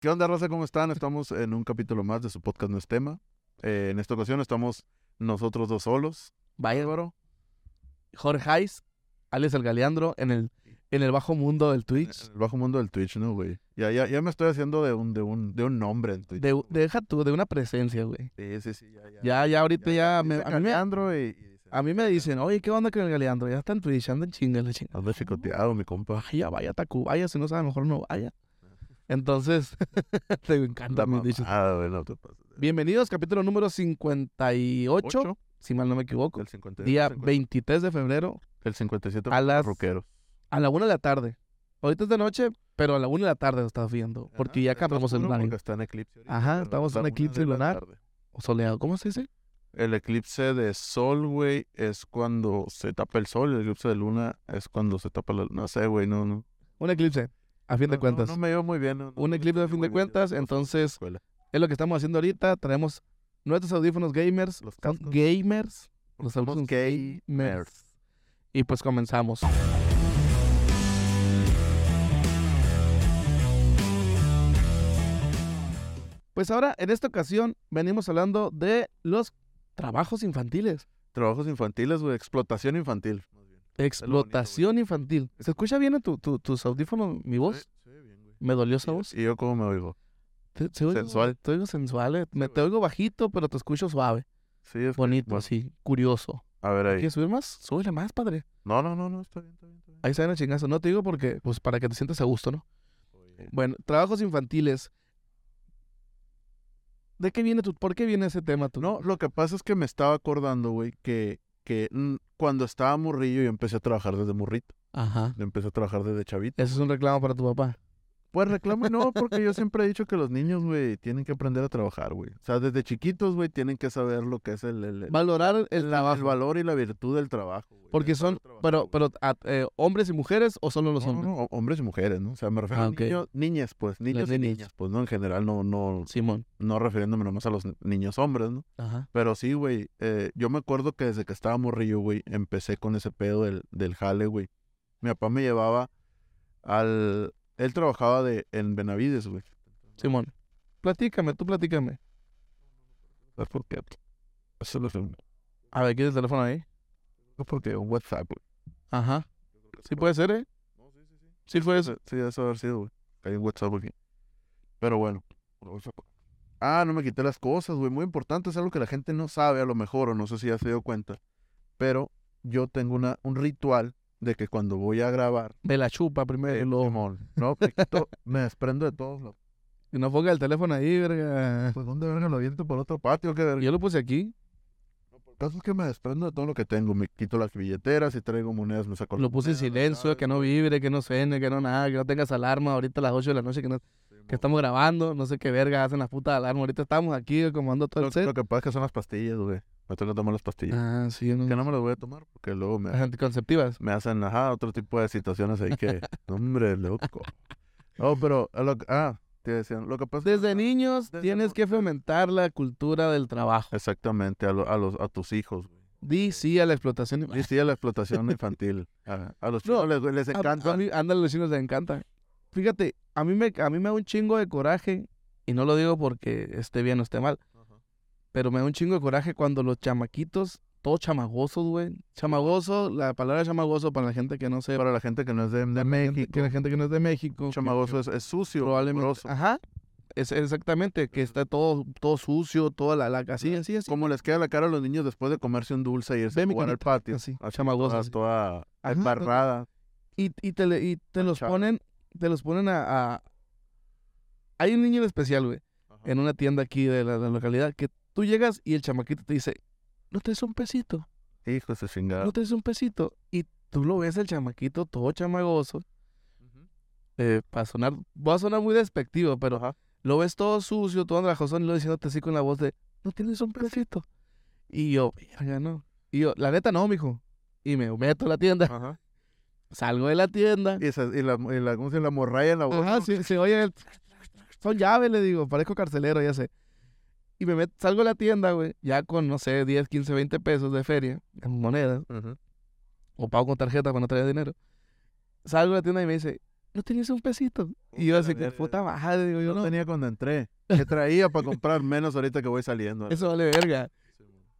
¿Qué onda, Raza? ¿Cómo están? Estamos en un capítulo más de su podcast No es tema. Eh, en esta ocasión estamos nosotros dos solos. Vaya, Álvaro. Jorge Hayes, Alex el Galeandro, en el, en el bajo mundo del Twitch. El bajo mundo del Twitch, ¿no, güey? Ya, ya, ya me estoy haciendo de un, de un, de un nombre en Twitch. De, deja tú, de una presencia, güey. Sí, sí, sí, ya, ya. Ya, ya, ahorita ya, me- Dice a, mí me, Alejandro y- y dice, a mí me dicen, oye, ¿qué onda con el Galeandro? Ya está en Twitch, anda en chinga, la chingada. Ando chicoteado, mi compa. Vaya, vaya, Tacubaya, si no sabe, mejor no vaya. Entonces, te encanta mis dichos. Ah, bueno, te pasas. Bienvenidos, capítulo número 58, Ocho, si mal no me equivoco. del 50, Día 50, 23 de febrero, del 57 a las- roqueros. a la una de la tarde. Ahorita es de noche, pero a la una de la tarde lo estás viendo, porque Ajá, ya está cambiamos el oscuro horario. porque está en eclipse ahorita, Ajá, pero estamos es la en una eclipse de la lunar. tarde. O soleado, ¿cómo se dice? El eclipse de sol, güey, es cuando se tapa el sol. El eclipse de luna es cuando se tapa la luna. No sé, güey, no, no. Un eclipse, a fin No, de no, cuentas. No, me dio muy bien. no, no, un no eclipse me a dio fin muy de bien esas cuentas, cosas en la entonces escuela. es lo que estamos haciendo ahorita. Traemos nuestros audífonos gamers, Los cam- cascos. gamers, los Somos audífonos gamers. gamers. Y pues comenzamos. Pues ahora, en esta ocasión, venimos hablando de los trabajos infantiles. Trabajos infantiles, güey, explotación infantil. más bien. Explotación infantil. ¿Se escucha bien en tu- tu- tus audífonos mi voz? Sí, sí, bien, güey. ¿Me dolió esa Y- voz? ¿Y yo cómo me oigo? Te, te oigo- Sensual. Te oigo sensual, eh. Me, Sí, te oigo bajito, pero te escucho suave. Sí, es... Bonito, bueno. así, curioso. A ver ahí. ¿Quieres subir más? Súbele más, padre. No, no, no, no, está bien, está bien. Está bien. Ahí se ven el chingazo. No te digo porque, pues, para que te sientas a gusto, ¿no? Oye, Bueno, trabajos infantiles. ¿De qué viene tu, por qué viene ese tema tú? No, lo que pasa es que me estaba acordando, güey, que, que mm, cuando estaba morrillo yo empecé a trabajar desde morrito. Ajá. Yo empecé a trabajar desde chavito. Ese es un reclamo para tu papá. Pues reclamo y no, porque yo siempre he dicho que los niños, güey, tienen que aprender a trabajar, güey. O sea, desde chiquitos, güey, tienen que saber lo que es el, el- el- Valorar el trabajo. el valor y la virtud del trabajo, güey. porque del saber son, trabajar, pero, güey. pero, a- eh, ¿hombres y mujeres o solo los No, no, hombres? no, hom- hombres y mujeres, ¿no? O sea, me refiero Ah, a ok. niños, niñas, pues, niños y niñas. niñas, pues, ¿no? En general, no, no, Simón. no refiriéndome nomás a los ni- niños hombres, ¿no? Ajá. Pero sí, güey, eh, yo me acuerdo que desde que estaba morrillo, güey, empecé con ese pedo del, del jale, güey. Mi papá me llevaba al... Él trabajaba de, en Benavides, güey. Simón. Platícame, tú platícame. ¿Sabes por qué? Eso lo sé. A ver, ¿quieres el teléfono ahí? No, porque un WhatsApp, güey. Ajá. Sí puede ser, ¿eh? No, sí, sí, sí. Sí fue Eso, sí, eso haber sido, güey. Hay un WhatsApp aquí. Pero bueno. Ah, no me quité las cosas, güey. Muy importante, es algo que la gente no sabe, a lo mejor, o no sé si ya se dio cuenta. Pero yo tengo una, un ritual de que cuando voy a grabar, De la chupa eh, primero. Lo, Simón, ¿no? Me, quito- me desprendo de todos los. y no ponga el teléfono ahí, verga. Pues, ¿dónde verga lo viento por otro patio? ¿Qué verga? Yo lo puse aquí, El caso es que me desprendo de todo lo que tengo. Me quito las billeteras, si traigo monedas, me saco. lo las puse en monedas, las silencio, que llaves, no vibre, que no suene, que no nada, que no tengas alarma ahorita a las 8 de la noche que, no- que Simón. estamos grabando, no sé qué verga hacen las putas alarmas, ahorita estamos aquí comando todo Lo, el set. lo que pasa es que son las pastillas, güey. Me tengo que tomar las pastillas. Ah, sí, no. Que no me las voy a tomar porque luego me, Las anticonceptivas. me hacen ajá, otro tipo de situaciones ahí que, hombre, loco. No, pero, a lo, que- ah, te decían, lo que pasa es que- Desde niños desde tienes mor- que fomentar la cultura del trabajo. Exactamente, a, lo- a, los, a tus hijos. güey. Di sí a la explotación. Y sí, a la explotación infantil. A, a los chicos les, les Ah. A- encanta. A, mí, ándale, los chinos les encanta. Fíjate, a mí, me, a mí me da un chingo de coraje, y no lo digo porque esté bien o esté mal, Ajá. pero me da un chingo de coraje cuando los chamaquitos, todos chamagosos, güey. Chamagoso, la palabra chamagoso para la gente que no sepa, Para la gente que no es de, de México, que la gente que no es de México. que- chamagoso que es, es sucio, probablemente. ah, horroroso. Ajá. Es exactamente, que está todo, todo sucio, toda la laca, así, así, así. Como les queda la cara a los niños después de comerse un dulce y irse Ve a mi jugar al carita, patio. así, así, chamagoso, toda- así. Toda Ajá, embarrada. Y, y te, le- y te los Manchado. ponen, te los ponen a, a- Hay un niño en especial, güey, Ajá. en una tienda aquí de la, la localidad, que tú llegas y el chamaquito te dice, no te des un pesito, Hijo de su chingada. no te des un pesito. Y tú lo ves el chamaquito todo chamagoso, eh, para sonar, va a sonar muy despectivo, pero Ajá. lo ves todo sucio, todo andrajosón, y lo diciéndote así con la voz de, no tienes un pesito. Y yo, verga, no. Y yo, la neta no, mijo. Y me meto a la tienda, Ajá. salgo de la tienda. Y, esa- y la, y la, ¿cómo se llama? La morralla en la boca. Ajá, ¿no? se, se oye el... Son llaves, le digo, parezco carcelero, ya sé. Y me met- salgo de la tienda, güey, ya con, no sé, 10, 15, 20 pesos de feria, en monedas, Ujú. o pago con tarjeta para no traer dinero. Salgo de la tienda y me dice, no tenías un pesito. Y yo Puta así, la como, verga. puta madre, digo yo, Yo no. tenía cuando entré. ¿Qué traía para comprar menos ahorita que voy saliendo? Eso vale verga.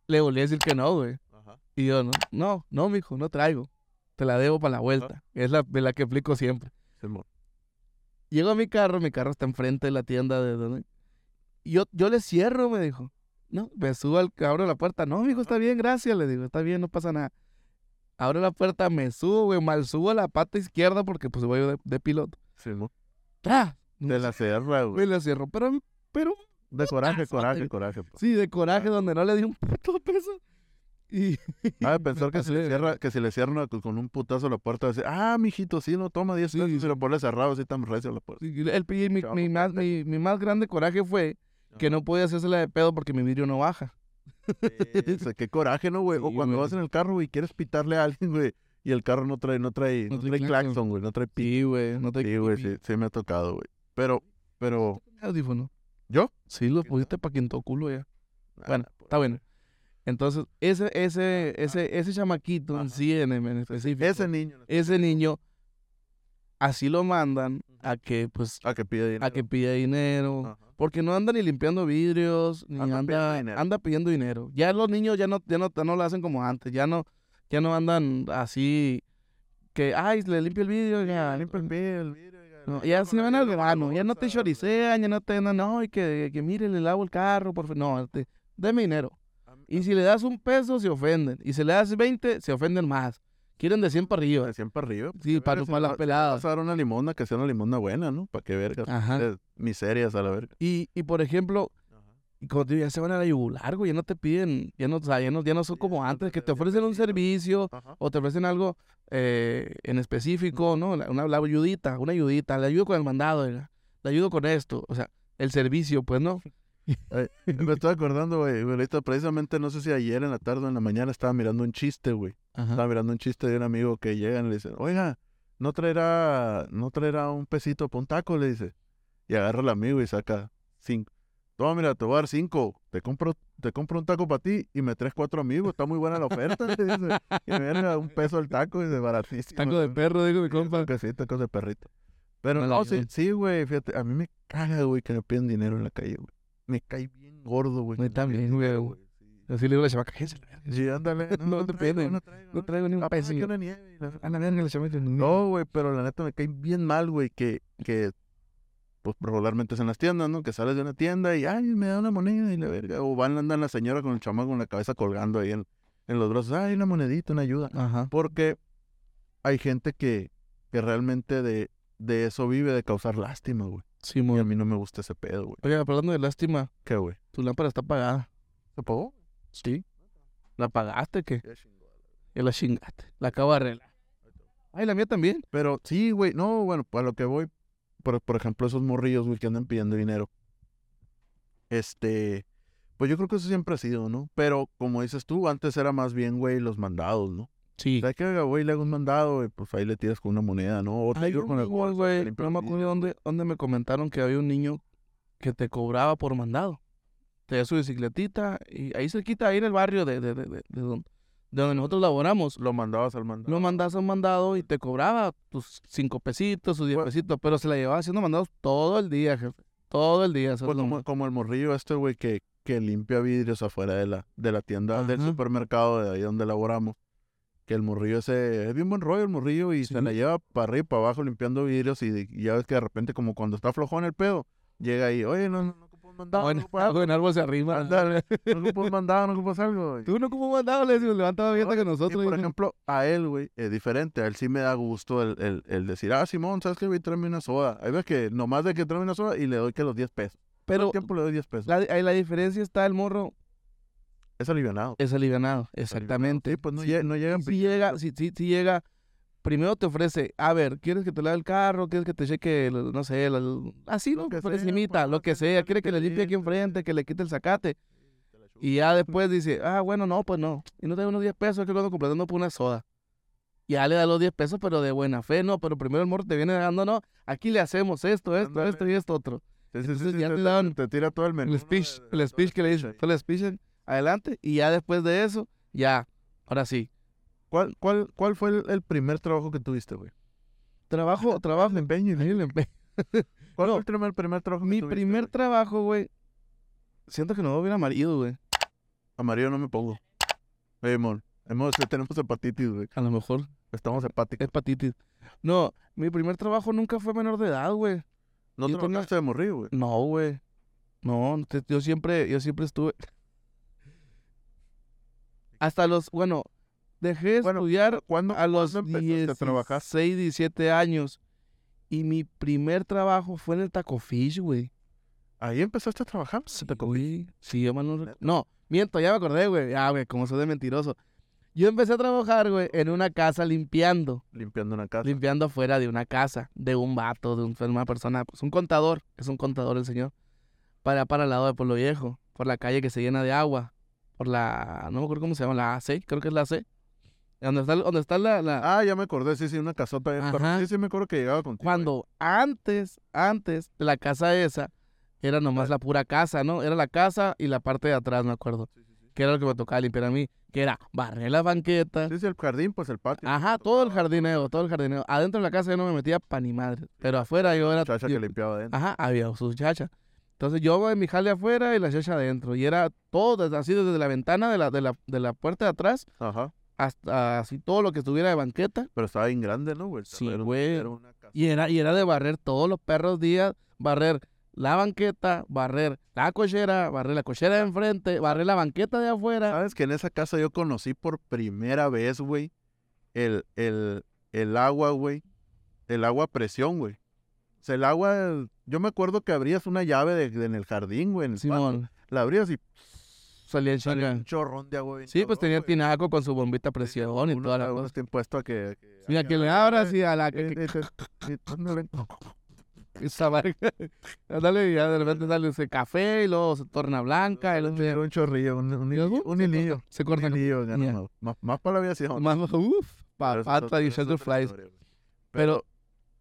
Le volví a decir que no, güey. Ajá. Y yo, no, no, no, mijo, no traigo. Te la debo para la vuelta. Es la, de la que aplico siempre. Simón. Llego a mi carro, mi carro está enfrente de la tienda de donde. y Yo, yo le cierro, me dijo. No, me subo al, abro la puerta. No, mijo, está bien, gracias, le digo, está bien, no pasa nada. Abro la puerta, me subo, güey, mal subo la pata izquierda porque pues voy de, de piloto. Simón. ¡Tra! De la sierra, güey. Me la cierro, pero, pero De coraje, putazo, coraje, güey. coraje. pues. pa. sí, de coraje, donde no le di un puto peso. Y Ah, pensar que si, pasé le de cierra, verga. que si le cierran a- con un putazo la puerta, va a decir, ah, mijito, sí, no, toma 10 Sí, pesos y sí. lo pones cerrado, así tan recio la puerta. Sí, El, y mi, Chavo, mi más, mi, mi más grande coraje fue que Ajá. no podía hacérsela de pedo porque mi vidrio no baja. O sea, qué coraje, ¿no, güey? o Sí, cuando güey. vas en el carro, güey, y quieres pitarle a alguien, güey, y el carro no trae, no trae, no No trae trae claxon, güey, no trae pito. Sí, güey, no te Sí, güey, sí, sí me ha tocado, güey. Pero, pero, audífono. ¿Yo? Sí, lo ¿Qué pusiste pa' quinto culo ya. Bueno, ah, Está bueno. Entonces, ese, ese, Ah, ese, ese chamaquito Ajá. en sí, en, en específico, ese niño. ese niño, así lo mandan a que, pues, Ah, que pide dinero. a que pida dinero. Ajá. Porque no anda ni limpiando vidrios, ni Anda anda, pidiendo anda, dinero. pidiendo dinero. Ya los niños ya no, ya no, ya no lo hacen como antes, ya no, ya no andan así que, ay, le limpio el vidrio, ya. Limpia el vidrio, el vidrio, oiga, No, le ya saco se la van al llave de la grano, ya no te bolsa, la- choricean, ya no te andan, no, y que, que mire, le lavo el carro, por favor. No, te, deme dinero. A mí- Y si le das un peso, se ofenden. Y si le das 20, se ofenden más. Quieren de 100 para a- arriba. de siempre arriba. pues, Sí, qué pa- verga, si pa' le las va- si le peladas. Vas a dar una limona, que sea una limona buena, ¿no? ¿Para qué verga? Ajá. Eh, Miserias a la verga. Y, y por ejemplo, Y como te digo, ya se van a la yugular, güey. Ya no te piden, ya no, o sea, ya no, ya no son Sí, como ya no antes, te que te dan ni ofrecen un pesito. servicio Ajá. o te ofrecen algo eh, en específico, ¿no? La- Una, la ayudita, una ayudita, le ayudo con el mandado, oiga, le ayudo con esto, o sea, el servicio, pues, ¿no? Me estoy acordando, güey, güey, ahorita precisamente, no sé si ayer en la tarde o en la mañana estaba mirando un chiste, güey. Ajá. Estaba mirando un chiste de un amigo que llegan y le dicen, oiga, ¿no traerá, no traerá un pesito para un taco? Le dice. Y agarra al amigo y saca cinco. Toma, mira, te voy a dar cinco. Te compro, te compro un taco para ti y me traes cuatro amigos. Está muy buena la oferta, le dice. Y me da un peso el taco y de baratísimo. Tango de ¿no? perro, digo mi Sí, compa. Que sí, tacos de perrito. Pero Me la no, sí, ayudan. sí, güey, fíjate, a mí me caga, güey, que me piden dinero en la calle, güey. Me cae bien gordo, güey. Me que me también, piden güey. dinero, Sí. Así le digo a la chamaca, "Cállese la verga". Sí, ándale. No, No te traigo, piden, No traigo, no traigo Mm. ni un Ah, pues, peso. aquí y yo, una nieve y la verga. A la verga, la chamaca. No, güey, pero la neta me cae bien mal, güey, que, que, pues regularmente es en las tiendas, ¿no? Que sales de una tienda y, ay, me da una moneda y la verga. O van, andan la señora con el chamaco con la cabeza colgando ahí en, en los brazos. Ay, una monedita, una ayuda. Ajá. Porque hay gente que, que realmente de, de eso vive, de causar lástima, güey. Sí, Y a muy. mí no me gusta ese pedo, güey. Oiga, pero hablando de lástima, ¿Qué, güey? tu lámpara está apagada. ¿Se pagó? Sí. ¿La apagaste, qué? Ya la chingaste. La acabo de arreglar. Ay, la mía también. Pero sí, güey, no, bueno, a lo que voy, por, por ejemplo, esos morrillos, güey, que andan pidiendo dinero. Este, pues yo creo que eso siempre ha sido, ¿no? Pero como dices tú, antes era más bien, güey, los mandados, ¿no? Sí. O sea, que, oiga, güey, le hago un mandado y pues ahí le tiras con una moneda, ¿no? O te Hay tiro con el un bolso, igual, te güey, limpio no me el vidrio. acuerdo dónde, dónde me comentaron que había un niño que te cobraba por mandado. Te da su bicicletita y ahí cerquita, ahí en el barrio de, de, de, de, de donde, de donde nosotros laboramos, Lo mandabas al mandado. lo mandas a un mandado y te cobraba tus cinco pesitos, sus diez Bueno. pesitos, pero se la llevaba haciendo mandados todo el día, jefe. Todo el día. eso es Pues lo como, más- como el morrillo este, güey, que, que limpia vidrios afuera de la, de la tienda, del Ajá. supermercado de ahí donde laboramos. Que el morrillo ese, es bien buen rollo el morrillo y se la Sí. lleva para arriba y para abajo limpiando vidrios y, de- y ya ves que de repente como cuando está flojón el pedo, llega ahí, oye, no, no, no ocupo un mandado, Ah, Bueno, no ocupo algo, algo en árbol se arriba. Ándale. no ocupo un mandado, no ocupas algo. Y- Tú no como mandado, le decimos, levanta más abierta que y nosotros. por dijo. ejemplo, a él, güey, es diferente. A él sí me da gusto el, el, el decir, ah, Simón, ¿sabes qué, güey? Tráeme una soda. Ahí ves que nomás de que tráeme una soda y le doy que los 10 pesos. pero Todo el tiempo le doy 10 pesos. la, ahí la diferencia está el morro Es alivianado. es alivianado. Sí, Exactamente. pues no, Sí, lle- no llegan. si llega, si, si, si llega, primero te ofrece, a ver, ¿quieres que te lave el carro? ¿Quieres que te cheque, el- no sé, el- el- así, Lo ¿no? que Por sea, encimita, pues, lo que hacer sea, algo quiere que le limpie aquí inteligente, enfrente, que le quite el zacate. Y ya después dice, ah, bueno, no, pues no. Y no te da unos 10 pesos, es que lo ando completando por una soda. Ya le da los 10 pesos, pero de buena fe, no, pero primero el morro te viene dando, no, aquí le hacemos esto, esto, Ándale. esto y esto otro. Sí, sí, sí, entonces sí, ya te, te dan te tira todo el menú. El ¿no? speech, de- de todo el speech que le speech hizo, ahí. fue el speech en- adelante, y ya después de eso, ya, ahora sí, ¿Cuál, cuál, ¿Cuál fue el, el primer trabajo que tuviste, güey? Trabajo, trabajo. empeño. Ahí el empeño. ¿Cuál No. fue el primer, primer trabajo que Mi tuviste, primer güey? trabajo, güey. Siento que no hubiera marido, güey. Amarillo no me pongo. Ey, mon. Hemos, tenemos hepatitis, güey. A lo mejor Estamos hepáticos. hepatitis. No, mi primer trabajo nunca fue menor de edad, güey. No yo tenía- trabajaste de morrillo, güey. No, güey. No, te- yo siempre, yo siempre estuve. Hasta los, bueno, dejé de Bueno, estudiar ¿Cuándo, a los ¿cuándo empezaste a trabajar? 16, 17 años. Y mi primer trabajo fue en el Taco Fish, güey. Ahí empezaste a trabajar. Sí, güey. Sí, yo mal no recu- No, miento, ya me acordé, güey. Ah, güey, como soy de mentiroso. Yo empecé a trabajar, güey, en una casa limpiando. Limpiando una casa. Limpiando afuera de una casa, de un vato, de un- de una persona. Es un contador, es un contador el señor. Para, para el lado de Pueblo Viejo, por la calle que se llena de agua. Por la, no me acuerdo cómo se llama, la AC, creo que es la AC. Donde está, donde está la, la, Ah, ya me acordé. Sí, sí, una casota. bien perra. Ajá. Sí, sí, me acuerdo que llegaba contigo. güey. Cuando antes, antes de la casa esa, era nomás la pura casa, ¿no? Era la casa y la parte de atrás, me acuerdo. Sí, sí, sí. Que era lo que me tocaba limpiar a mí. Que era barrer las banquetas. Sí, sí, el jardín, pues el patio. Ajá, todo el jardineo, todo el jardineo. Adentro de la casa yo no me metía pa' ni madre. Pero afuera yo era... Chacha yo- que limpiaba adentro. Ajá, había sus chachas. Entonces yo en mi jale afuera y la chacha adentro. Y era todo desde- así desde la ventana de la, de la, de la puerta de atrás Ajá. hasta así todo lo que estuviera de banqueta. Pero estaba bien grande, ¿no, güey? El Sí, terreno güey. Era una casa. Y era, y era de barrer todos los perros días, barrer la banqueta, barrer la cochera, barrer la cochera de enfrente, barrer la banqueta de afuera. ¿Sabes que en esa casa yo conocí por primera vez, güey? El, el, el agua, güey. El agua a presión, güey. O sea, el agua. Yo me acuerdo que abrías una llave de, de- en el jardín, güey. en el patio. Simón, La abrías y salía en salía chinga. un chorrón de agua. bien Sí, pues cabrón, tenía güey. tinaco con su bombita a presión y Uno- toda la uno cosa. está impuesto a que. que- Mira, que que le abra- abras y a la Eh, que, que- eh, eh, eh, ándale. que esa barca. Dale, ya de repente sale ese café y luego se torna blanca. Y luego Era un chorrillo, un, un, ¿Y hilillo, luego? un Se hilillo. corta- Se Un corta. hilillo, gana Ya. más, más- más para la aviación. Más uff, Pero eso es otra- papata y eso es shelter otra flies. historia, güey. Pero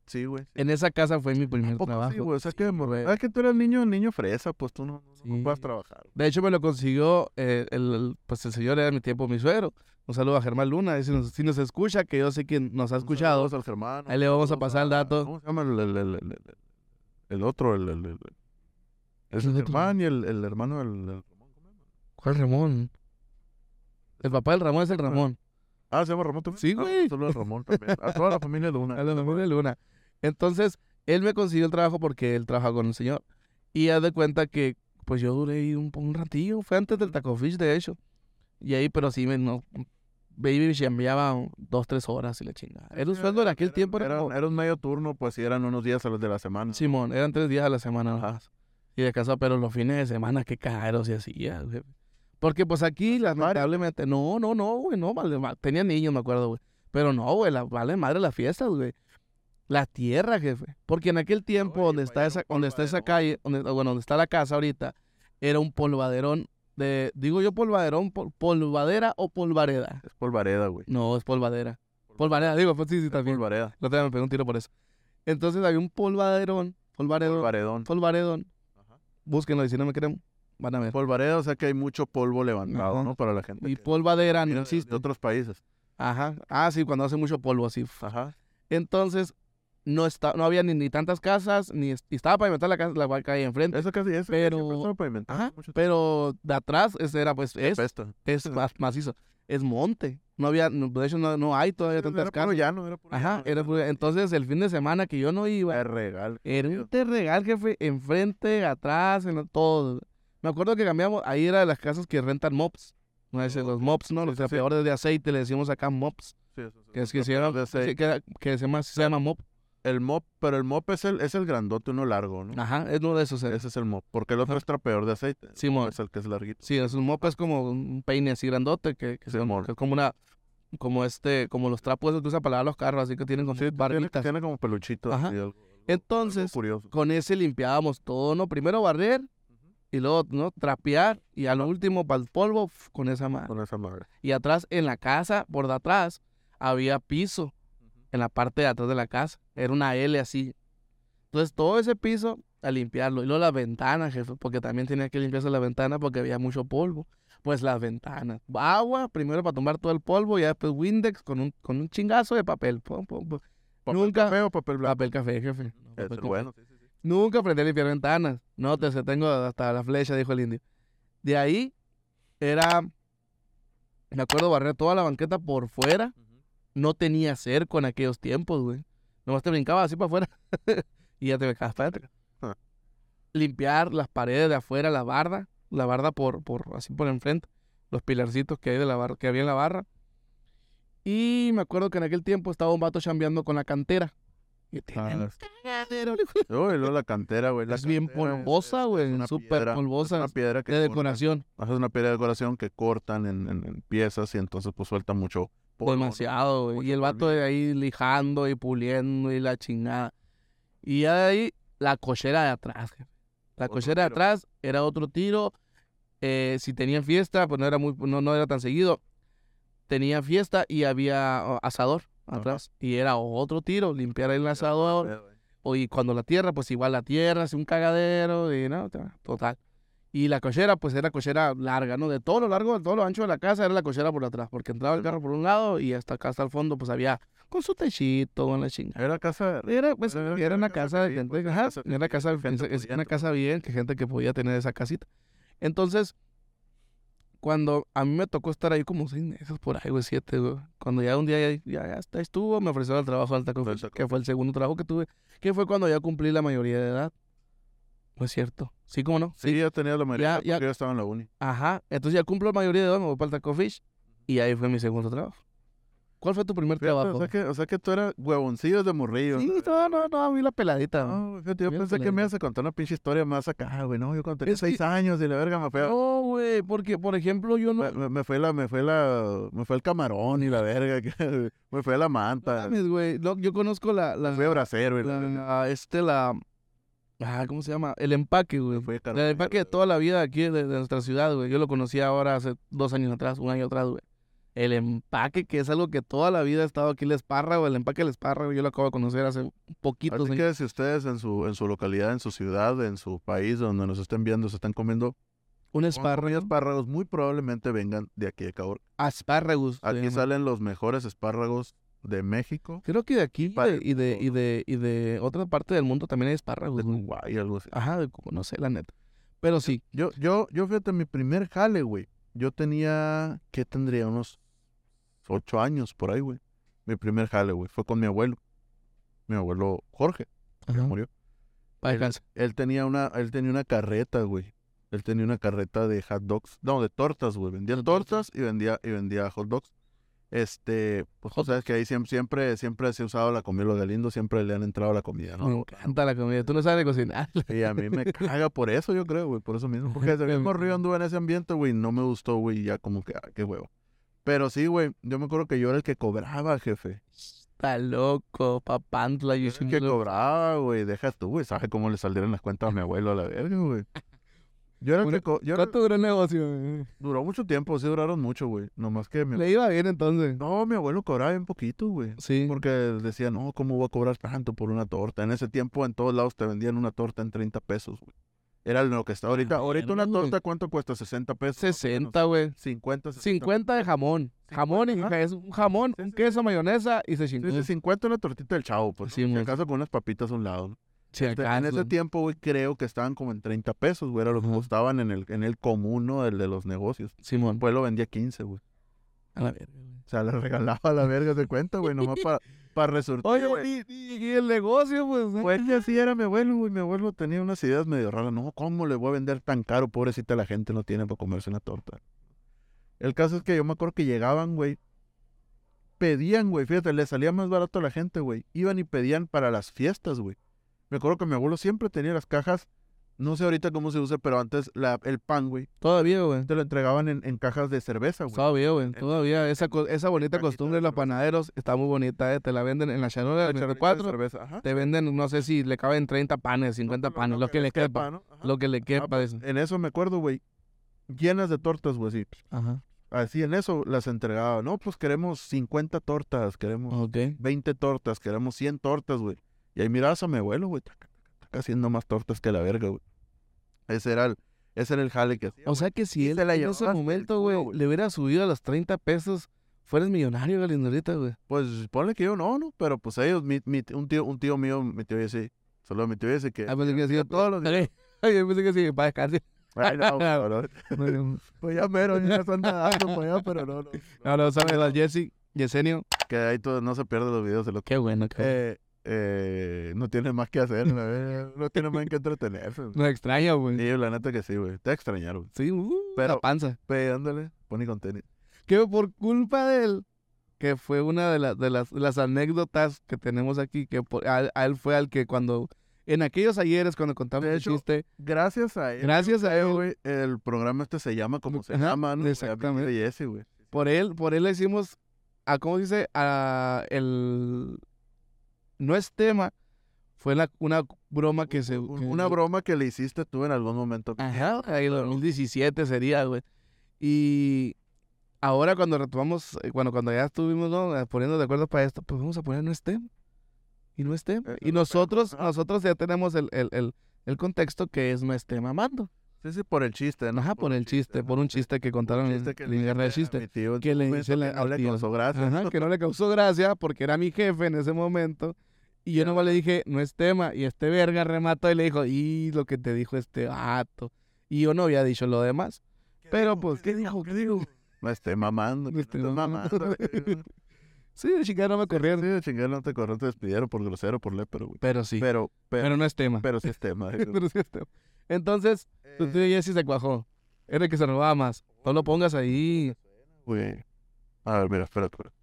Sí, güey. sí. en esa casa fue mi primer Poco trabajo. sí, güey. O sea, que, mo- güey. ah, que tú eras niño, niño fresa, pues tú no, no, no Sí. puedes trabajar. De hecho, me lo consiguió eh, el, el- pues el señor era en mi tiempo mi suegro. Un saludo a Germán Luna. y Si nos, si nos escucha, que yo sé que nos ha Un escuchado. saludos al Germán. Ahí un le vamos a saludos pasar el dato. ¿Cómo se llama el, el, el, el- el- el otro? El, el, el- el- es el otro? Germán y el, el hermano del. del- ¿Cuál Ramón? El papá del Ramón es el Ramón. Ah, se llama Ramón también. Sí, Ah, güey. un saludo al Ramón también. A toda la familia de una. A la familia Luna. Entonces, él me consiguió el trabajo porque él trabaja con el señor. Y haz de cuenta que, pues yo duré ahí un, po- un ratillo. Fue antes del Ujú. Taco Fish, de hecho. Y ahí, pero sí, me, no. Baby se enviaba dos, tres horas y la chingada. Era un sueldo en aquel tiempo. Era, Era, como- era un medio turno, pues sí, eran unos días a los de la semana. Simón, eran tres días a la semana nomás. Y de casa, pero los fines de semana, qué caros se hacía, güey. Porque pues aquí, lamentablemente, no, no, no, güey, no, vale, ma- tenía niños, me acuerdo, güey. Pero no, güey, la, vale madre las fiestas, güey. La tierra, jefe. Porque en aquel tiempo, Oye, donde pa' está allá esa, un donde está esa polvaderón. calle, donde, bueno, donde está la casa ahorita, era un polvaderón de, digo yo polvaderón, pol- polvadera o polvareda. Es polvareda, güey. No, es polvadera. Polvareda, digo, pues sí, sí, Es también. Polvareda. No te me pegué un tiro por eso. Entonces había un polvaderón, polvaredón, Polvaredón. Polvaredón. Ajá. Búsquenlo y si no me creen, van a ver. Polvareda, o sea que hay mucho polvo levantado, Ajá. ¿no? Para la gente. Y que polvadera viene de- no existe. De otros países. Ajá. Ah, sí, cuando hace mucho polvo así. f- Ajá. Entonces, no, está, no había ni, ni tantas casas, ni es- y estaba para inventar la, casa, la calle enfrente. Eso casi es. eh, Pero- Ajá. Ajá. Mucho Pero de atrás, ese era pues, es, pesta. es ma- macizo. Es monte. No había, no- de hecho, no, no hay todavía tantas Era puro casas. llano, era puro Ajá. llano, Era, puro- entonces, el fin de semana que yo no iba, Era regal. Era Chido. un terregal, jefe, enfrente, atrás, en lo- todo. Me acuerdo que cambiamos, ahí era de las casas que rentan mops. No sé, Oh, los ok. mops, ¿no? Los Sí, sí, sí. trapeadores de aceite, le decimos acá mops. Sí, eso- eso- Que es que eso- se llama, de ese- sí, que, que se llama, se llama mop. El mop, pero el mop es el, es el grandote, uno largo, ¿no? Ajá, es uno de esos. eh. Ese es el mop. Porque el otro es trapeador de aceite. El Simón. mop Es el que es larguito. Sí, es un mop, es como un peine así grandote, que, que, se- Simón. que es como una, como este, como los trapos esos que usan para lavar los carros, así que tienen como Sí, tiene, barbitas. tiene como peluchito. Ajá. así, algo- algo- algo Entonces, curioso. con ese limpiábamos todo, ¿no? Primero barrer y luego, ¿no? Trapear y a lo último, para el polvo, f- con esa mano. Con esa madre. Y atrás, en la casa, por de atrás, había piso, en la parte de atrás de la casa. Era una L así. Entonces, todo ese piso a limpiarlo. Y luego las ventanas, jefe, porque también tenía que limpiarse las ventanas porque había mucho polvo. Pues las ventanas. Agua, primero para tomar todo el polvo, y ya después Windex con un, con un chingazo de papel. Pum, pum, pum. papel Nunca. café o papel blanco. Papel café, jefe. No, Ese papel es café. bueno. sí, sí, sí. Nunca aprendí a limpiar ventanas. No, te se tengo hasta la flecha, dijo el indio. De ahí era, me acuerdo, barrer toda la banqueta por fuera. No tenía cerco en aquellos tiempos, güey. Nomás te brincabas así para afuera y ya te becabas para adentro. Ah. Limpiar las paredes de afuera, la barda, la barda por, por así por enfrente, los pilarcitos que hay de la barra, que había en la barra. Y me acuerdo que en aquel tiempo estaba un vato chambeando con la cantera. Y Ah, tenían las- cagadero, Uy, luego la cantera, güey. la es bien cantera es- polvosa, es- es güey. una Súper piedra- Es polvosa. una piedra que De cortan. decoración. Ajá, Es una piedra de decoración que cortan en, en- en piezas y entonces pues suelta mucho polvo, ¿no? demasiado, güey. Y Mucho el vato de ahí lijando y puliendo y la chingada. Y ya de ahí, la cochera de atrás, jefe. La Otro cochera de tiro. atrás era otro tiro. Eh, si tenían fiesta, pues no era muy, no, no era tan seguido. Tenía fiesta y había oh, asador Ajá. atrás. Y era otro tiro, limpiar el asador. Pero, güey, O, y cuando la tierra, pues igual la tierra, es un cagadero, y no, ta- total. Y la cochera, pues era cochera larga, ¿no? De todo lo largo, de todo lo ancho de la casa, era la cochera por atrás, porque entraba el carro por un lado y hasta acá, hasta el fondo, pues había con su techito, con la chingada. Era casa de- Era, pues, Era- era, era una casa casa de que sí, gente, pues, era ajá, casa que era sí, casa, de gente es- es podía una entrar. casa bien, que gente que podía tener esa casita. Entonces, cuando a mí me tocó estar ahí como seis meses por ahí, güey, siete, güey. Cuando ya un día ya, ya, ya hasta estuvo, me ofrecieron el trabajo al Taco Del Fish, Taco que fue el segundo trabajo que tuve, que fue cuando ya cumplí la mayoría de edad. No es cierto. ¿Sí, cómo no? Sí, yo tenía la mayoría Ya- porque ya- yo estaba en la uni. Ajá. Entonces ya cumplo la mayoría de edad, me voy para el Taco Fish y ahí fue mi segundo trabajo. ¿Cuál fue tu primer Fíjate, o, trabajo? sea que, o sea que tú eras huevoncillos de morrillo. Sí, no, no, no, a mí la peladita. güey. No, güey, fíjate, yo Mira, pensé que peladito. me ibas a contar una pinche historia más acá, güey. No, yo conté tenía Es que- seis años y la verga me fue, a- No, güey, porque, por ejemplo, yo no... me, me- me fue la, me fue la, me fue el camarón y la verga, que- me fue la manta, mames, güey. No, yo conozco la... la- fui abracero y la la- verga, la- este, la... Ah, ¿cómo se llama? El empaque, güey. fui El empaque de toda la vida aquí de, de nuestra ciudad, güey. Yo lo conocí ahora hace dos años atrás, un año atrás, güey. El empaque, que es algo que toda la vida ha estado aquí el espárrago, el empaque del espárrago, yo lo acabo de conocer hace poquitos Así años. que si ustedes en su, en su localidad, en su ciudad, en su país, donde nos estén viendo, se están comiendo Un con comida espárrago. espárragos, muy probablemente vengan de aquí de Caborca. Espárragos. se Aquí llama. salen los mejores espárragos de México, Creo que de aquí Pa- de- y, de, y, de, y de otra parte del mundo también hay espárragos, de güey. Uruguay, algo así. Ajá, de Cuba, no sé, la neta. Pero sí, Yo, yo, yo fíjate, mi primer jale, güey. Yo tenía, ¿qué tendría? Unos ocho años por ahí, güey. Mi primer jale, güey. Fue con mi abuelo. Mi abuelo Jorge, ajá, murió. para descansar. Él tenía una, él tenía una carreta, güey. Él tenía una carreta de hot dogs. No, de tortas, güey. Vendía De tortas. tortas y vendía, y vendía hot dogs. Este, pues tú Hot sabes que ahí siempre, siempre, siempre se ha usado la comida, los galindo siempre le han entrado la comida, ¿no? Me encanta la comida. Tú no sabes de cocinar. Y a mí me caga por eso, yo creo, güey, por eso mismo. Porque desde Em, mismo río anduve en ese ambiente, güey, no me gustó, güey, ya como que, ah, qué huevo. Pero sí, güey, yo me acuerdo que yo era el que cobraba, jefe. Está loco, papantla. Yo Yo era el que siempre- cobraba, güey, deja tú, güey, ¿sabes cómo le salieron las cuentas a mi abuelo a la verga, güey? Yo era el que... Una- co- yo era- ¿Cuánto duró el negocio? güey? duró mucho tiempo, sí duraron mucho, güey. Nomás que mi... Le iba bien entonces. No, mi abuelo cobraba bien poquito, güey. Sí. Porque decía, no, ¿cómo voy a cobrar tanto por una torta? En ese tiempo en todos lados te vendían una torta en 30 pesos, güey. Era lo que está ahorita. Ahorita una verga, güey. torta, ¿cuánto cuesta? 60 pesos. más o menos. 60, güey. 50, 60. 50 de jamón. Jamón, y Ajá. ja- es un jamón, Sí, un sí. queso, mayonesa y se Sí, chingó. sí, 50 una tortita del chavo, pues. ¿no? Sí, si mon. acaso con unas papitas a un lado. ¿no? Si Este, en acaso. ese tiempo, güey, creo que estaban como en 30 pesos, güey. Era lo que Ajá. costaban en el, en el común, ¿no? El de los negocios. Simón. Pues lo vendía 15, güey. A la verga, güey. O sea, le regalaba a la verga de cuenta, güey, nomás para resurtir. Oye, güey. y, y- y el negocio, pues. ¿eh? Pues que así era mi abuelo, güey. Mi abuelo tenía unas ideas medio raras. No, ¿cómo le voy a vender tan caro? Pobrecita, la gente no tiene para comerse una torta. El caso es que yo me acuerdo que llegaban, güey. Pedían, güey. Fíjate, le salía más barato a la gente, güey. Iban y pedían para las fiestas, güey. Me acuerdo que mi abuelo siempre tenía las cajas. No sé ahorita cómo se usa, pero antes la- el pan, güey, Todavía, güey. te lo entregaban en, en cajas de cerveza, güey. Todavía, güey. Entonces, Todavía. Esa, co- esa bonita cajita de costumbre de los cerveza. panaderos está muy bonita, ¿eh? Te la venden en la Chanora, La en la charrita de 4. cerveza, ajá. Te venden, no sé si le caben 30 panes, 50 panes, lo que le les quepa. ¿no? Ajá. pues, Lo que le quepa, dicen. En eso me acuerdo, güey. Llenas de tortas, güey, así. Ajá. Así en eso las entregaba. No, pues queremos 50 tortas, queremos Ok. 20 tortas, queremos 100 tortas, güey. Y ahí mirabas a mi abuelo, güey, taca, taca, taca, haciendo más tortas que la verga, güey. Ese era el, ese era el jale que hacía. O sea que si Y él se la en ese llevabas por el culo, momento, güey, güey. le hubiera subido a los 30 pesos, Fueres millonario, Galindo, ahorita, güey. Pues ponle que yo no, ¿no? Pero pues ellos, mi, mi- un, tío, un tío mío, mi tío ese, solo mi tío ese que... Ah, pensé que sí, todos los días. Ay, yo pensé que sí, para descansar. Ay, ah, no, cabrón. No, no, Pues ya mero, ya están nadando para allá, pero no, no. no, no, sabes, al Jesse, Yesenio. Que ahí todo, no se pierden los videos de lo que... Qué bueno, qué bueno. Eh, eh, no tiene más que hacer, la verdad, no tiene más en que entretenerse. güey. Nos extraña, güey. Sí, la neta que sí, güey. Te va a extrañar, güey. Sí, uh, la Pero- panza. Pe, ándale, pone con tenis. que por culpa de él, que fue una de, las de las, las anécdotas que tenemos aquí, que por- a, a él fue al que cuando, en aquellos ayeres cuando contamos De el hecho, chiste, Gracias a él, gracias a él, güey, el programa este se llama como se Ajá, llama, ¿no? Güey, exactamente. Amigo de Jesse, güey. por él, por él le hicimos, a, ¿cómo se dice? A el, no es tema, fue la, una broma que se... Un- que- Una broma que le hiciste tú en algún momento. Ajá, ahí el 2017 sería, güey. Y ahora cuando retomamos, eh, bueno, cuando ya estuvimos ¿no? eh, poniendo de acuerdo para esto, pues vamos a poner no es tema. Y no es tema. Eh, Y no es tema, nosotros, ajá. nosotros ya tenemos el, el, el, el contexto que es no es tema mando. Sí, sí, por el chiste, ¿no? Ajá, por un el chiste, ajá. por un chiste que Por un contaron en chiste que le en guerra del hice a chiste. mi tío en que su le momento hice la- no al le tío. causó gracia. Ajá, que no le causó gracia porque era mi jefe en ese momento. Y yo nomás le dije, no es tema. Y este verga remató y le dijo, y lo que te dijo este vato. Y yo no había dicho lo demás. Pero pues, ¿qué dijo? ¿Qué dijo? Me esté mamando. Me que no esté estés mamando. mamando. güey. Sí, de chingada no me Sí, corrieron. de chingada no te corrió, te despidieron por grosero, por lépero, güey. Pero sí. Pero, Pero, pero, no es tema. pero Eh. sí es tema. güey. Pero sí es tema. Entonces, pues tu tío Jesse se cuajó. Era el que se robaba más. No lo pongas ahí. Güey. A ver, Ah, mira, espérate, espérate.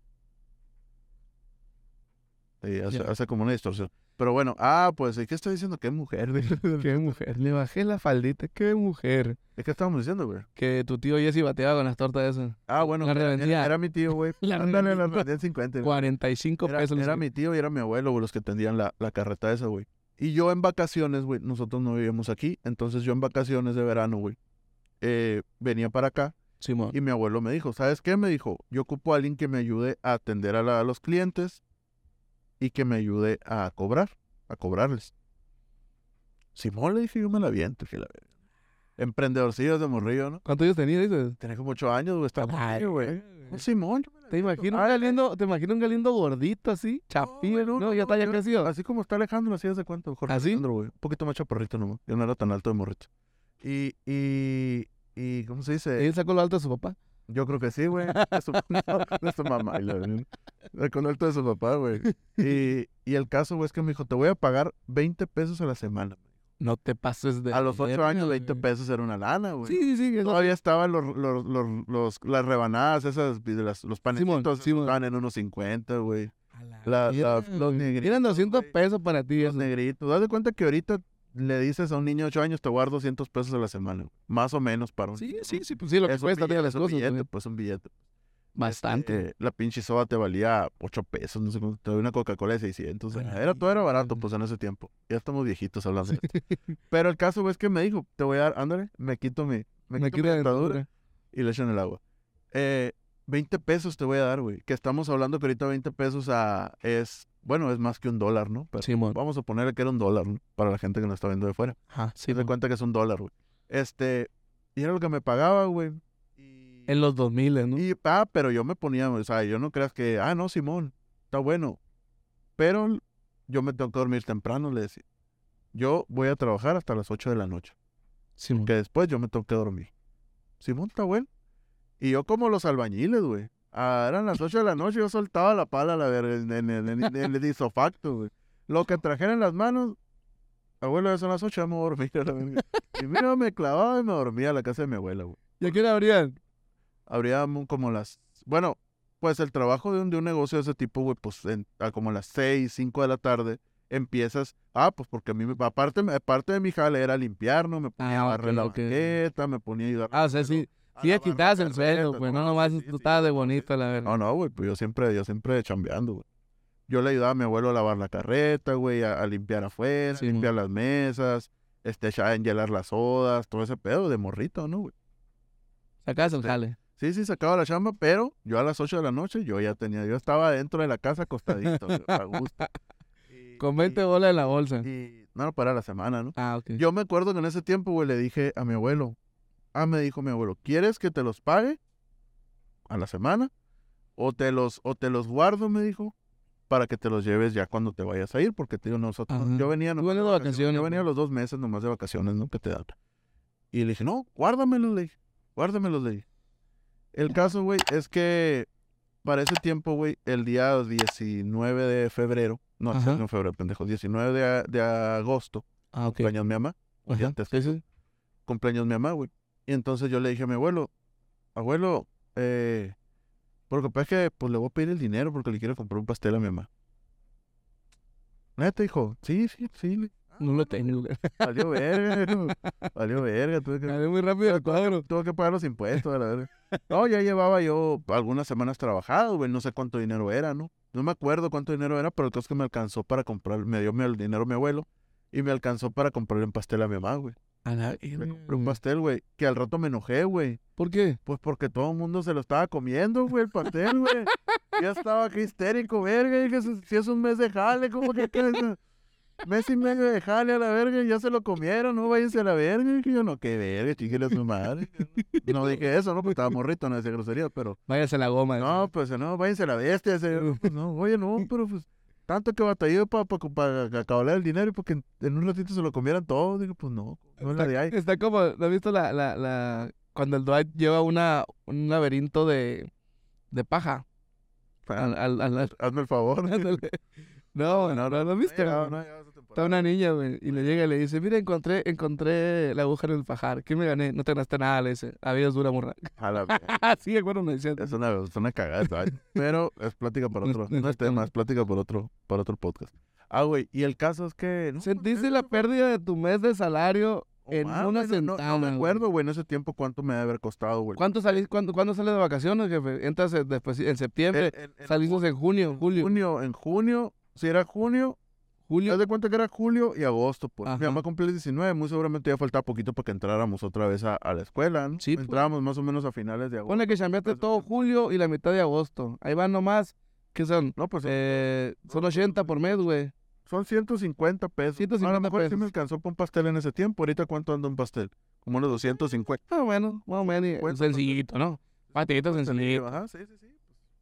Sí, hace, Ya. hace como una distorsión. Pero bueno, ah, pues, ¿y ¿qué estoy diciendo? ¿Qué mujer? güey? Qué mujer. Le bajé la faldita. Qué mujer. ¿De qué estábamos diciendo, güey? Que tu tío Jesse bateaba con las tortas esas. Ah, bueno, La era, revendía. era- era mi tío, güey. La Ándale, la revendía. revendía en 50. güey. 45 Era, pesos. les- era mi tío y era mi abuelo, güey, los que tendían la, la carreta esa, güey. Y yo en vacaciones, güey, nosotros no vivíamos aquí, entonces yo en vacaciones de verano, güey, eh, venía para acá Simón. y mi abuelo me dijo, ¿sabes qué? Me dijo, yo ocupo a alguien que me ayude a atender a, la- a los clientes y que me ayude a cobrar, a cobrarles. Simón le dije, yo me la viento, que la verga. Emprendedorcillos de morrillo, ¿no? ¿Cuántos años tenías, dices? Tenía como ocho años, güey, estaba Ay, morrillo, güey. güey. Simón, yo me la Te imagino un Ay, galindo, te imagino un galindo gordito así, chapín, güey, no, no, ya no, está ya yo- crecido. Así como está Alejandro, así hace cuánto, Jorge ¿Ah, sí? Alejandro, güey. Un poquito más chaparrito nomás. Yo no era tan alto de morrito. Y, y, y, ¿cómo se dice? Él sacó lo alto de su papá. Yo creo que sí, güey. De su, de su mamá. y la verdad. De Con alto de su papá, güey. Y, y el caso, güey, es que me dijo, te voy a pagar 20 pesos a la semana. No te pases de. A los 8 verga, años, 20 güey. pesos era una lana, güey. Sí, eh. sí, sí. que es- Todavía estaban los, los, los, los- las rebanadas, esas, de las, los panecitos, esos Simón. estaban en unos 50, güey. A la- la- verga, los güey. negritos, Eran 200 güey. pesos para ti. Los eso. negritos. Date cuenta que ahorita le dices a un niño de 8 años, te guardo 200 pesos a la semana. güey. Más o menos para un Sí, niño, sí, ¿no? sí, pues sí, lo que Es un cuesta billete, tío, las es un cosas. billete, güey. pues un billete. Bastante. Eh, la pinche soda te valía 8 pesos, no sé cuánto. Te doy una Coca-Cola de 600. Bueno, era, todo era barato, pues en ese tiempo. Ya estamos viejitos hablando. de Este, esto. Pero el caso, güey, es que me dijo, te voy a dar, ándale, me quito mi, me Me quito mi quita la dentadura dentadura. y le echan el agua. Eh, 20 pesos te voy a dar, güey. Que estamos hablando que ahorita 20 pesos a, es, bueno, es más que un dólar, ¿no? Pero Simón. vamos a ponerle que era un dólar, ¿no? Para la gente que nos está viendo de fuera. Ajá, Se da Simón. cuenta que es un dólar, güey. Este, y era lo que me pagaba, güey. Y, En los 2000, ¿no? y, ah, pero yo me ponía, o sea, yo no creas que, ah, no, Simón, está bueno. Pero yo me tengo que dormir temprano, le decía. Yo voy a trabajar hasta las 8 de la noche, Simón. que después yo me tengo que dormir. Simón, está bueno. Y yo como los albañiles, güey. Ah, eran las 8 de la noche, yo soltaba la pala a la verga en, en, en- en- en el isofacto, güey. Lo que trajera en las manos, abuelo, ya son las 8, ya me voy a dormir a la verga. Y mira, me clavaba y me dormía a la casa de mi abuela, güey ¿Y a qué hora Ah, abrían? habría mu- como las. Bueno, pues el trabajo de un, de un negocio de ese tipo, güey, pues en- a como las 6, 5 de la tarde empiezas. Ah, pues porque a mí, me, aparte, me- aparte de mi jale era limpiar, ¿no? Me ponía Ah, a ok, barrer la ok. banqueta, me ponía a ayudar. Ah, o sea, pero sí. a Sí, ya lavar la quitabas el carpeta, sueldo, pues no sí, nomás sí, tú sí, estabas de no, sí. bonito, la verdad. No, no, güey, pues yo siempre, yo siempre chambeando, güey. Yo le ayudaba a mi abuelo a lavar la carreta, güey, a, a limpiar afuera, a Sí, limpiar las mesas, este, ya engelar las sodas, todo ese pedo de morrito, ¿no, güey? Sacabas el jale. Sí, sí, sacaba la chamba, pero yo a las 8 de la noche yo ya tenía, yo estaba dentro de la casa acostadito, güey, a gusto. Y- Con y- 20 bolas en la bolsa. y- no, para la semana, ¿no? Ah, ok. Yo me acuerdo que en ese tiempo, güey, le dije a mi abuelo, ah, me dijo mi abuelo, ¿quieres que te los pague a la semana O te los, o te los guardo, me dijo, para que te los lleves ya cuando te vayas a ir, porque te digo, nosotros, Ajá. yo venía Tú nomás venías de vacaciones, yo venía güey. los dos meses nomás de vacaciones, ¿no? Que te dan. Y le dije, no, guárdamelos, le dije, guárdamelos, le dije. El caso, güey, es que para ese tiempo, güey, el día 19 de febrero, no, Ajá. no febrero, pendejo, 19 de, a- de agosto, Ah, ok. cumpleaños mi mamá, Ajá. ya antes. Sí, sí. cumpleaños mi mamá, güey. Y entonces yo le dije a mi abuelo, abuelo, eh, porque pues que pues le voy a pedir el dinero porque le quiero comprar un pastel a mi mamá. Neta, hijo, sí, sí, sí, le- No lo tengo, güey. Valió verga, hijo. Valió verga. Tuve que, Salió muy rápido al cuadro. tuve que pagar los impuestos, a la verga. No, ya llevaba yo algunas semanas trabajado, güey. No sé cuánto dinero era, ¿no? No me acuerdo cuánto dinero era, pero el caso es que me alcanzó para comprar, me dio mi- el dinero mi abuelo y me alcanzó para comprarle un pastel a mi mamá, güey. A la Le compré un pastel, güey, que al rato me enojé, güey. ¿Por qué? Pues porque todo el mundo se lo estaba comiendo, güey, el pastel, güey. Ya estaba aquí histérico, verga. Dije, si si es un mes de jale, ¿cómo que qué? Mes y medio de jale a la verga, ya se lo comieron, no váyanse a la verga. Dije yo, no, qué verga, chiquile a su madre. No dije eso, ¿no? Pues estaba morrito, no decía grosería, pero. Váyase a la goma. No, pues no, váyanse a la bestia. ese- pues, no, oye, no, pero pues. Tanto que batallé para pa, pa, pa acabar el dinero y porque en, en un ratito se lo comieran todo. Digo, pues no, no es la de ahí. Está como, ¿no has visto la, la, la... Cuando el Dwight lleva una, un laberinto de, de paja? Al, al, al- al- Hazme el favor. ándale. No, no, no, ¿lo viste? güey? Está una niña, güey, y le llega y le dice, mira, encontré, encontré la aguja en el pajar. ¿Qué me gané? No te ganaste nada, le dice. La vida es dura, morra. A la verga. Ah, sí, bueno, me decía. Es una, es una cagada, ¿sabes? pero es plática para No es- otro, Pues, no es no es tema, es plática para otro, para otro podcast. Ah, güey, y el caso es que... No, Sentiste la pérdida de tu mes de salario Oh, en mames, no- una no- no sentada. güey. me acuerdo, güey, en ese tiempo cuánto me debe haber costado, güey. ¿Cuánto salís, cuándo, cuándo sales de vacaciones, jefe? Entras en, después, en septiembre, En- en- Eh, en salimos en junio, julio. junio, en junio, si era junio, haz julio. de cuenta que era julio y agosto, pues. Ajá. Mi mamá cumplió el 19, muy seguramente ya faltaba poquito para que entráramos otra vez a, a la escuela, ¿no? Sí, pues. Entrábamos más o menos a finales de agosto. Pone que chambeaste Más o todo menos. julio y la mitad de agosto. Ahí van nomás, que son? No, pues Eh, son 80 por mes, güey. Son 150 pesos. a lo 150 mejor sí pesos. me alcanzó para un pastel en ese tiempo. Ahorita, ¿cuánto anda un pastel? Como unos 250. Ah, bueno, más o menos. Cincuenta, Sencillito, ¿no? Patito pues, sencillito. Ajá, sí, sí, sí.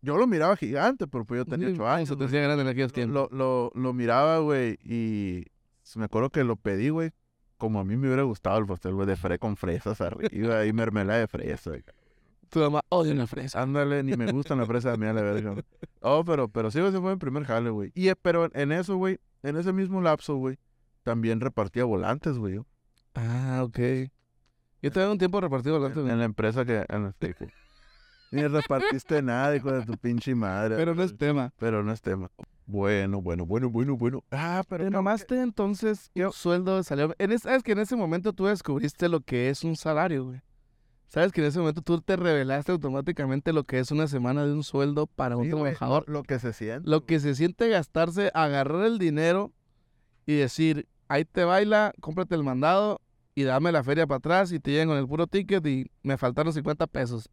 Yo lo miraba gigante, pero pues yo tenía 8 Como años. Se te güey. hacía grande en aquellos tiempos. Lo, lo, lo miraba, güey, y se me acuerdo que lo pedí, güey. Como a mí me hubiera gustado el pastel, güey, de fre con fresas arriba y mermelada de fresa. güey. Tu mamá odia una fresa. Ándale, ni me gustan las fresas a mí a la verga. güey. Oh, pero, pero sí, ese fue mi primer jale, güey. Y eh, pero en eso, güey, en ese mismo lapso, güey, también repartía volantes, güey. yo. Ah, ok. Yo te un tiempo repartido volante, En, güey. en la empresa que... En la Facebook. Ni repartiste nada, hijo de tu pinche madre. Pero no es tema. Pero no es tema. Bueno, bueno, bueno, bueno, bueno. Ah, pero... Te creo mamaste entonces un sueldo de salario. En es, sabes que en ese momento tú descubriste lo que es un salario, güey. Sabes que en ese momento tú te revelaste automáticamente lo que es una semana de un sueldo para que- un sí, güey, trabajador. lo, lo que se siente. Lo que se siente gastarse, agarrar el dinero y decir, ahí te baila, cómprate el mandado y dame la feria para atrás y te llegan con el puro ticket y me faltaron 50 pesos.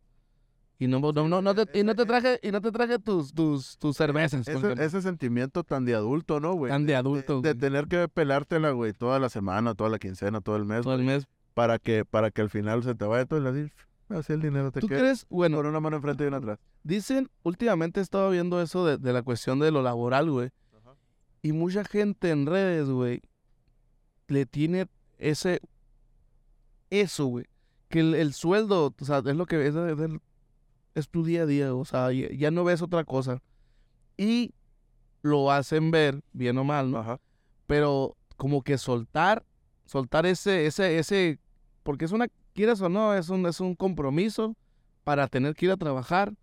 Y no, no, no, no te, y no te traje, y no te traje tus, tus, tus cervezas. e, Ese, compadre. ese sentimiento tan de adulto, ¿no, güey? Tan de De- adulto. De, güey. tener que pelártela, güey, toda la semana, toda la quincena, todo el mes, Todo el mes. para que para que al final se te vaya todo y así, así el dinero te ¿Tú quede crees? Bueno, con una mano enfrente y una atrás. Dicen, últimamente he estado viendo eso de, de la cuestión de lo laboral, güey. Ajá. Y mucha gente en redes, güey, le tiene ese. Eso, güey. Que el, el sueldo, o sea, es lo que. Es, es el- es tu día a día, o sea, ya, ya no ves otra cosa. Y lo hacen ver, bien o mal, ¿no? Ajá. Pero como que soltar, soltar ese, ese, ese. Porque es una. Quieras o no, es un, es un compromiso para tener que ir a trabajar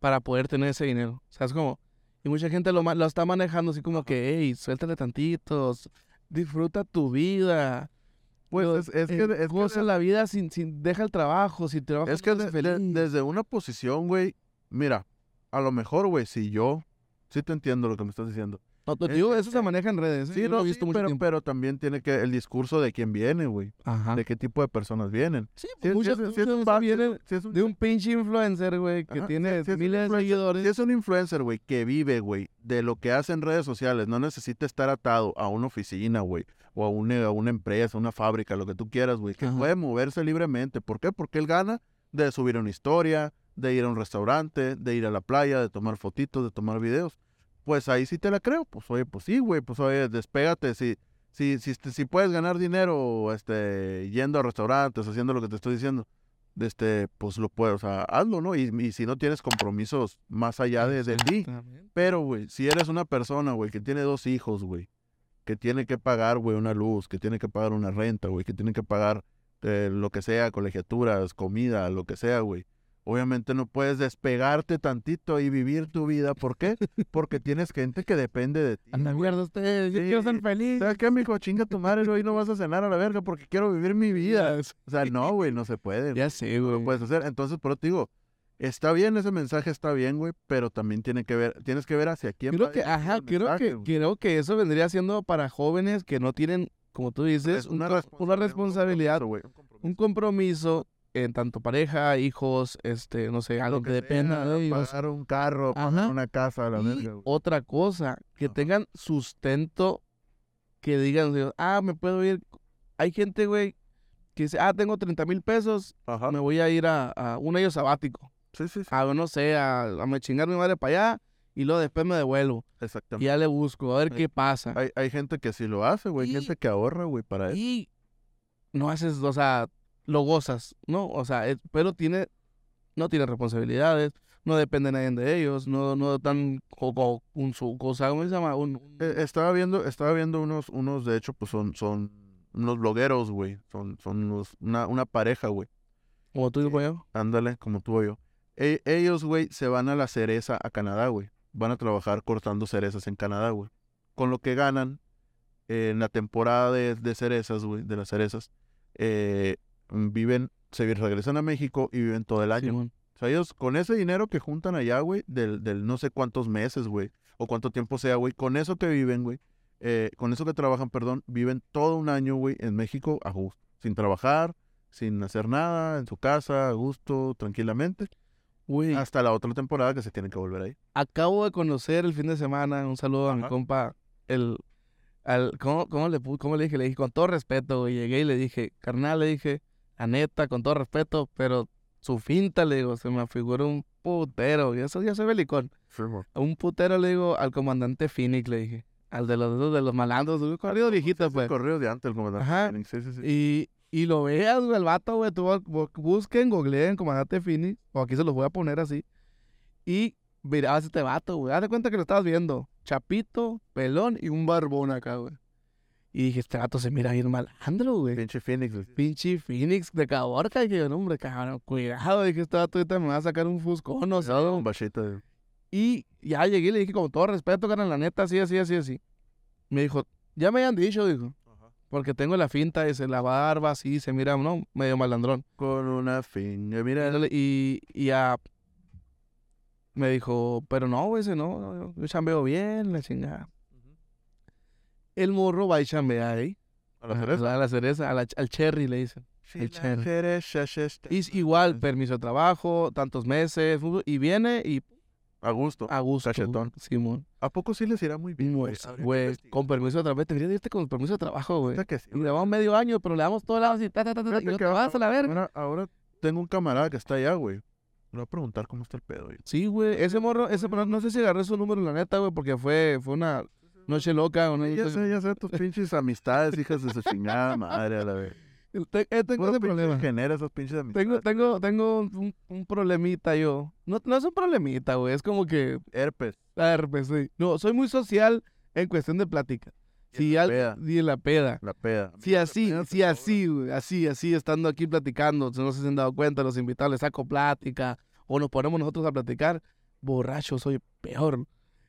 para poder tener ese dinero. O sea, es como, y mucha gente lo, ma- lo está manejando así como que, hey, suéltale tantitos, disfruta tu vida. Pues Yo, es, es que... eh, es que goza la vida sin, sin, deja el trabajo, sin trabajo. Es que no eres de- de- feliz. desde una posición, güey, mira, a lo mejor, güey, si yo, sí te entiendo lo que me estás diciendo. No, te es- digo, es- eso se maneja en redes. ¿eh? Sí, Yo no, lo he sí, visto mucho pero, tiempo. pero también tiene que el discurso de quién viene, güey, Ajá. de qué tipo de personas vienen. sí, Si es, muchas si es- si es muchas un veces vato, viene si es un- de un pinche influencer, güey, que Ajá, tiene si es un miles de influencer- seguidores. si es un influencer, güey, que vive, güey, de lo que hace en redes sociales, no necesita estar atado a una oficina, güey, o a, un- eh, a una empresa, una fábrica, lo que tú quieras, güey, que Ajá. puede moverse libremente. ¿Por qué? Porque él gana de subir una historia, de ir a un restaurante, de ir a la playa, de tomar fotitos, de tomar videos, pues ahí sí te la creo. Pues oye, pues sí, güey, pues oye, despégate. Si, si, si, este, si puedes ganar dinero este, yendo a restaurantes, haciendo lo que te estoy diciendo, de este, pues lo puedes, o sea, hazlo, ¿no? Y, y si no tienes compromisos más allá de, del día. Exactamente. Pero, güey, si eres una persona, güey, que tiene dos hijos, güey, que tiene que pagar, güey, una luz, que tiene que pagar una renta, güey, que tiene que pagar eh, lo que sea, colegiaturas, comida, lo que sea, güey. Obviamente no puedes despegarte tantito y vivir tu vida. ¿Por qué? Porque tienes gente que depende de ti. A la mierda ustedes, yo Sí. quiero ser feliz. ¿Sabes qué, mijo? Chinga tu madre, hoy no vas a cenar a la verga porque quiero vivir mi vida. O sea, no, güey, no se puede. Ya sé, no güey. lo puedes hacer. Entonces, por eso te digo, está bien ese mensaje, está bien, güey, pero también tiene que ver, tienes que ver hacia quién Creo va que, dirigido ajá, el creo mensaje, que, güey. creo que eso vendría siendo para jóvenes que no tienen, como tú dices, Es un Pues, una, co- una responsabilidad, güey. un compromiso en tanto pareja, hijos, este, no sé, algo que, dependa de ellos. Pagar un carro, pagar Ajá. una casa, a la Y verga, güey. otra cosa, que Ajá. tengan sustento, que digan, digo, ah, me puedo ir. Hay gente, güey, que dice, ah, tengo 30 mil pesos, Ajá. Ah, me voy a ir a, a un año sabático. Sí, sí, sí. A, no sé, a, a me chingar mi madre para allá y luego después me devuelvo. Y Exactamente. ya le busco, a ver Ay, qué pasa. Hay, hay gente que sí lo hace, güey. Hay Y- gente que ahorra, güey, para eso. Y no haces, o sea, lo gozas, ¿no? O sea, es- pero tiene, no tiene responsabilidades, no depende nadie de ellos, no, no tan como un su cosa, ¿cómo se llama? Un, un- Eh, estaba viendo, estaba viendo unos, unos, de hecho, pues son, son unos blogueros, güey. Son, son unos- una, una pareja, güey. como tú y eh, como yo. Ándale, como tú o yo. E- ellos, güey, se van a la cereza a Canadá, güey. Van a trabajar cortando cerezas en Canadá, güey. Con lo que ganan eh, en la temporada de, de cerezas, güey, de las cerezas, eh, viven, se regresan a México y viven todo el año. Simón. O sea, ellos con ese dinero que juntan allá, güey, del, del no sé cuántos meses, güey, o cuánto tiempo sea, güey, con eso que viven, güey, eh, con eso que trabajan, perdón, viven todo un año, güey, en México a gusto, sin trabajar, sin hacer nada, en su casa, a gusto, tranquilamente, Güey, hasta la otra temporada que se tienen que volver ahí. acabo de conocer el fin de semana, un saludo a mi Ajá. compa, el, al, ¿cómo, cómo le, pu- cómo le dije? Le dije, con todo respeto, güey, llegué y le dije, carnal, le dije, la neta, con todo respeto, pero su finta, le digo, se me afigura un putero, y eso ya soy belicón. A un putero le digo al comandante Phoenix, le dije. Al de los esos de los malandros, un corrido viejito, pues. Correo de antes, el comandante. Ajá. Phoenix, Sí, sí, sí. Y, y lo veas, güey, el vato, güey. Tú bu- bu- busquen, googleen comandante Phoenix. O aquí se los voy a poner así. Y mirabas este vato, güey. Haz de cuenta que lo estabas viendo. Chapito, pelón y un barbón acá, güey. Y dije, este vato se mira bien malandro, güey. Pinche Phoenix. güey. Pinche Phoenix de caborca. Y dije, no, hombre, cabrón, cuidado. Dije, este vato ahorita me va a sacar un fuscón, o sea, Un bachita de- y ya llegué y le dije, con todo respeto, carnal, la neta, así, así, así, así. Me dijo, ya me habían dicho, dijo, porque tengo la finta, dice, la barba, así, se mira, ¿no? Medio malandrón. Con una finga, mira. Ándale, Y, y ya me dijo, pero no, güey, ese no, no, yo- yo chambeo bien, la chingada. El morro va y chambea ahí. A la Ajá, cereza. A la cereza, a la- al cherry le dicen. Sí, el la cherry. cereza, sí, está- Y es igual, permiso de trabajo, tantos meses, fu- y viene y A gusto. a gusto. Cachetón. Simón. ¿A poco sí les irá muy bien? güey? Pues, Habría que güey, investigar. con permiso de trabajo, debería de irte con permiso de trabajo, güey. Ahorita que sí, Y le vamos medio año, pero le damos todos lados y ta, ta, ta, ta, y Fíjate no que te vas a la verga. Ahora, ahora tengo un camarada que está allá, güey. Le voy a preguntar cómo está el pedo, güey. Sí, güey, ese morro, ese no, no sé si agarré su número, la neta, güey, porque fue, fue una noche loca. Una, Ya sé, ya sé, tus pinches amistades, hijas de su chingada madre, a la vez. Te- eh, tengo ese problema. genera esas pinches amistades? Tengo, tengo, tengo un, un problemita yo. No, no es un problemita, güey, es como que, Herpes. a ver, pues, sí. No, soy muy social en cuestión de plática. Y en Si la al- peda. y en la peda. La peda. Sí, así, apenas sí, te así, güey, así, así, estando aquí platicando, si no se han dado cuenta, los invitados les saco plática, o nos ponemos nosotros a platicar, borracho soy peor.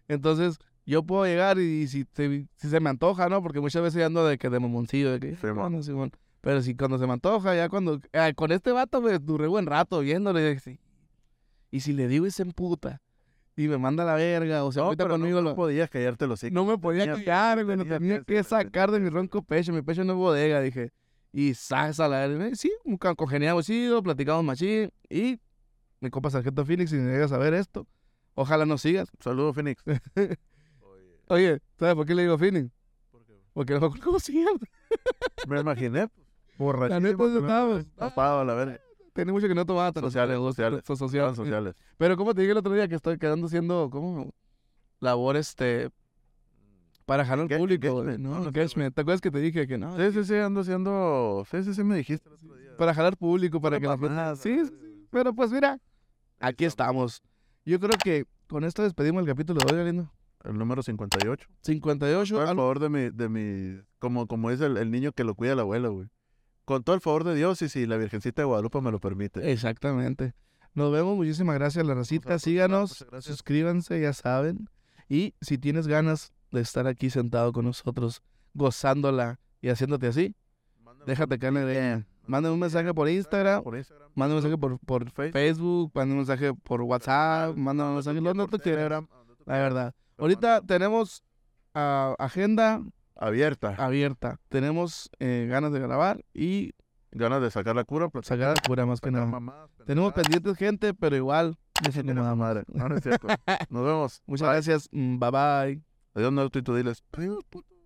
Entonces, yo puedo llegar y, si, te- si se me antoja, ¿no? Porque muchas veces yo ando de que de mamoncillo, de que, Simón. "Bueno, Simón". pero si cuando se me antoja, ya cuando, ah, con este vato me duré buen rato viéndole, y si- y si le digo y se emputa, y me manda a la verga, o sea, No, ahorita pero conmigo no, no lo... podías callarte los hijos. No me podía Tenía- callar, güey. Lo tenía tenía que que hacer, sacar de mi ronco pecho. Mi pecho no es bodega, dije. Y salsa la verga. Sí, un ca- congeniamos chido, platicamos machín. Y mi compa Sargento Phoenix, si me llegas a ver esto, ojalá no sigas. Saludos, Phoenix. Oye, Oye, ¿sabes por qué le digo Phoenix? ¿por qué? Porque no me acuerdo cómo se llama. Me imaginé. pues, La Borrachísimo. neta, que me- estaba- Tapado, a la verga. Tenía mucho que no tomaba tanto. Sociales, Pero- sociales. so- social. Eran sociales. Pero como te dije el otro día que estoy quedando haciendo, ¿cómo? Labor, este, para jalar al Enga- público, güey, engagement, ¿no? no, no sé, güey. Engagement. ¿Te acuerdas que te dije que no? Sí, sí, sí, ando haciendo. Sí, sí, sí, me dijiste el otro día. Mm. Para jalar público, para que la gente... Mamadas, Sí, sí, sí. Pero pues mira, aquí estamos. Yo creo que con esto despedimos el capítulo de hoy, Galindo. El número 58. 58. Todo el algo- favor de mi. De mi como, como es el, el niño que lo cuida la abuela, güey. Con todo el favor de Dios y si la Virgencita de Guadalupe me lo permite. Eh, Exactamente. Nos vemos, muchísimas gracias, la racita. pues, Síganos, muchas gracias. suscríbanse, ya saben. Y si tienes ganas de estar aquí sentado con nosotros, gozándola y haciéndote así, déjate acá en el DM. Manden un mensaje por Instagram, Por Instagram. manden un mensaje por, por Facebook. Facebook, manden un mensaje por WhatsApp, manden un mensaje no, no te Telegram, la verdad. Ahorita tenemos ah, agenda Abierta. abierta, tenemos eh, ganas de grabar y Ganas de sacar la cura, platicar sacar la cura más que nada. mamadas, Tenemos pendejadas. pendientes gente, pero igual, desentendido madre. No, no es cierto. Nos vemos. Muchas Bye. gracias. mm, Bye bye. Adiós, Naruto, y tú diles. "Adiós, puto".